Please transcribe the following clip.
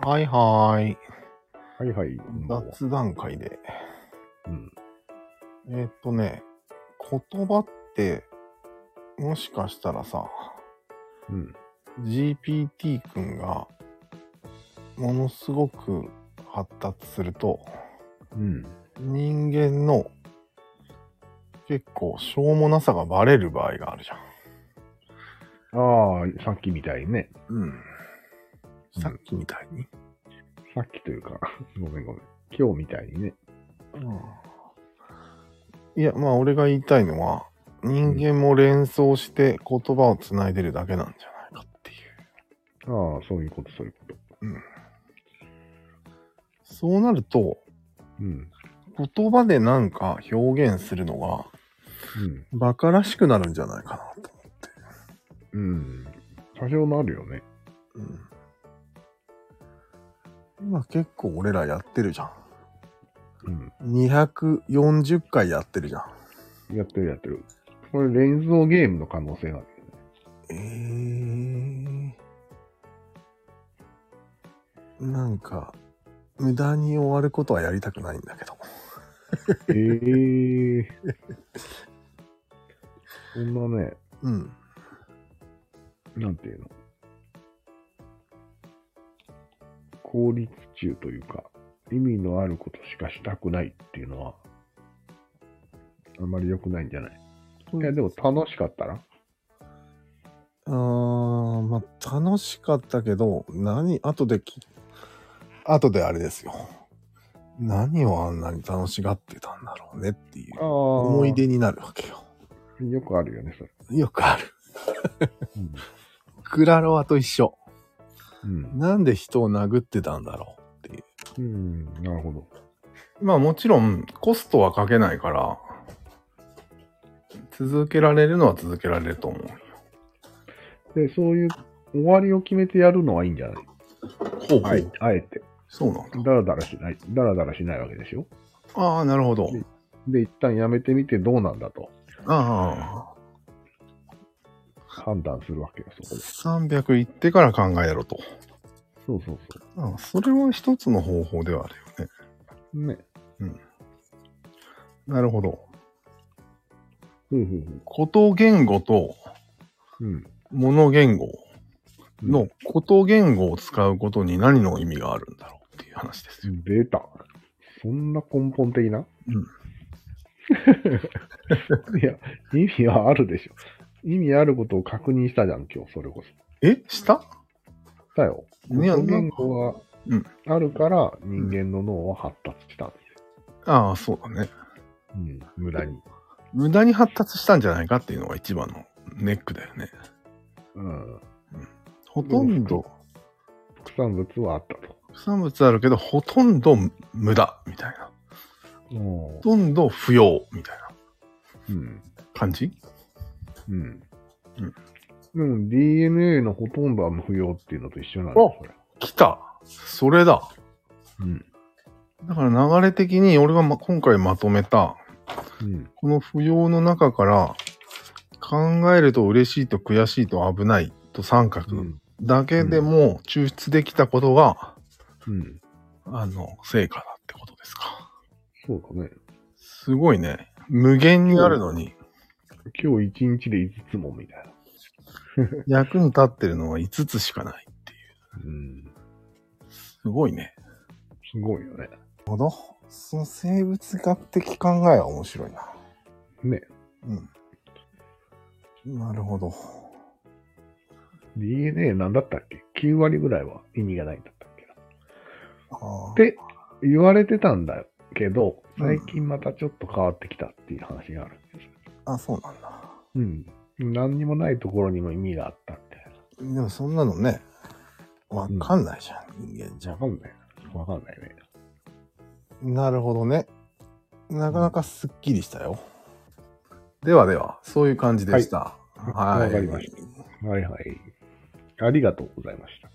はいはーい。はいはい。もう雑談会で。うん。えーっとね、言葉って、もしかしたらさ、うん。 GPT 君が、ものすごく発達すると、うん。人間の結構しょうもなさがバレる場合があるじゃん。ああ、さっきみたいにね。うん。さっきみたいに。さっきというか、 ごめんごめん。今日みたいにね。いや、まあ俺が言いたいのは、人間も連想して言葉をつないでるだけなんじゃないかっていう。ああ、そういうこと、そういうこと。そうなると、うん。言葉でなんか表現するのが馬鹿らしくなるんじゃないかなと。うん。うん。多少なるよね。うん、今結構俺らやってるじゃうん。ん。240回やってるじゃん。やってるやってる。これ、連想ゲームの可能性があるよね。えー、なんか、無駄に終わることはやりたくないんだけど。ええそんなね、うん。なんていうの。効率中というか、意味のあることしかしたくないっていうのは、あんまり良くないんじゃないいや、でも楽しかったらあー、まあ、楽しかったけど、何、後でき、後であれですよ。何をあんなに楽しがってたんだろうねっていう思思い。出になるわけよ。よくあるよね、それ。よくある。うん。クラロワと一緒。うん。なんで人を殴ってたんだろうっていう。うん、なるほど。まあもちろんコストはかけないから、続けられるのは続けられると思う。で、そういう終わりを決めてやるのはいいんじゃないほうほう。はい。あえて。そうなんだ。だらだらしない。だらだらしないわけでしょああ、なるほど。で、一旦やめてみてどうなんだとああ、判断するわけよ、そこで。 300いってから考えろと。そうそうああそれは一つの方法ではあるよね。そう。ね。なるほど。うんうんこと言語とうん。うん。物言語のこと言語を使うことに何の意味があるんだろうっていう話ですよ。出た。そんな根本的なうん。 いや、意味はあるでしょ。意味あることを確認したじゃん、今日、それこそ。えしただよ。いや言語がうんあるから、人間の脳は発達したんですよ。ああ、そうだね。うん、無駄に。無駄に発達したんじゃないかっていうのが一番のネックだよね。うん。ほとんど、副産物はあったと。産物あるけど、ほとんど無駄みたいな。おほとんど不要みたいなうん。感じうん。でも DNA のほとんどは不要っていうのと一緒なんだおよ、それ。来たそれだうん。だから流れ的に俺がま今回まとめた、うん。この不要の中から、考えると嬉しいと悔しいと危ないと三う角ん。だけでも抽出できたことが、うん。あの、成果だってことですか。そうだね。すごいね。無限にあるのに、今日一日で5つもみたいな。役に立ってるのは5つしかないっていう。うん。すごいね。すごいよなね。るほど。その生物学的考えは面白いな。ね。うん。なるほど。 DNA なんだったっけ ?9 割ぐらいは意味がないんだったっけなあーで言われてたんだけど、最近またちょっと変わってきたっていう話があるんです。あ、そうなんだ。うん。何にもないところにも意味があったみたいでもそんなのね、わかんないじゃん、人間じな。ゃわ。かんない。わかんないね。なるほどね。なかなかすっきりしたよ。ではでは、そういう感じでした。いはい。わかりましたはいはい。ありがとうございました。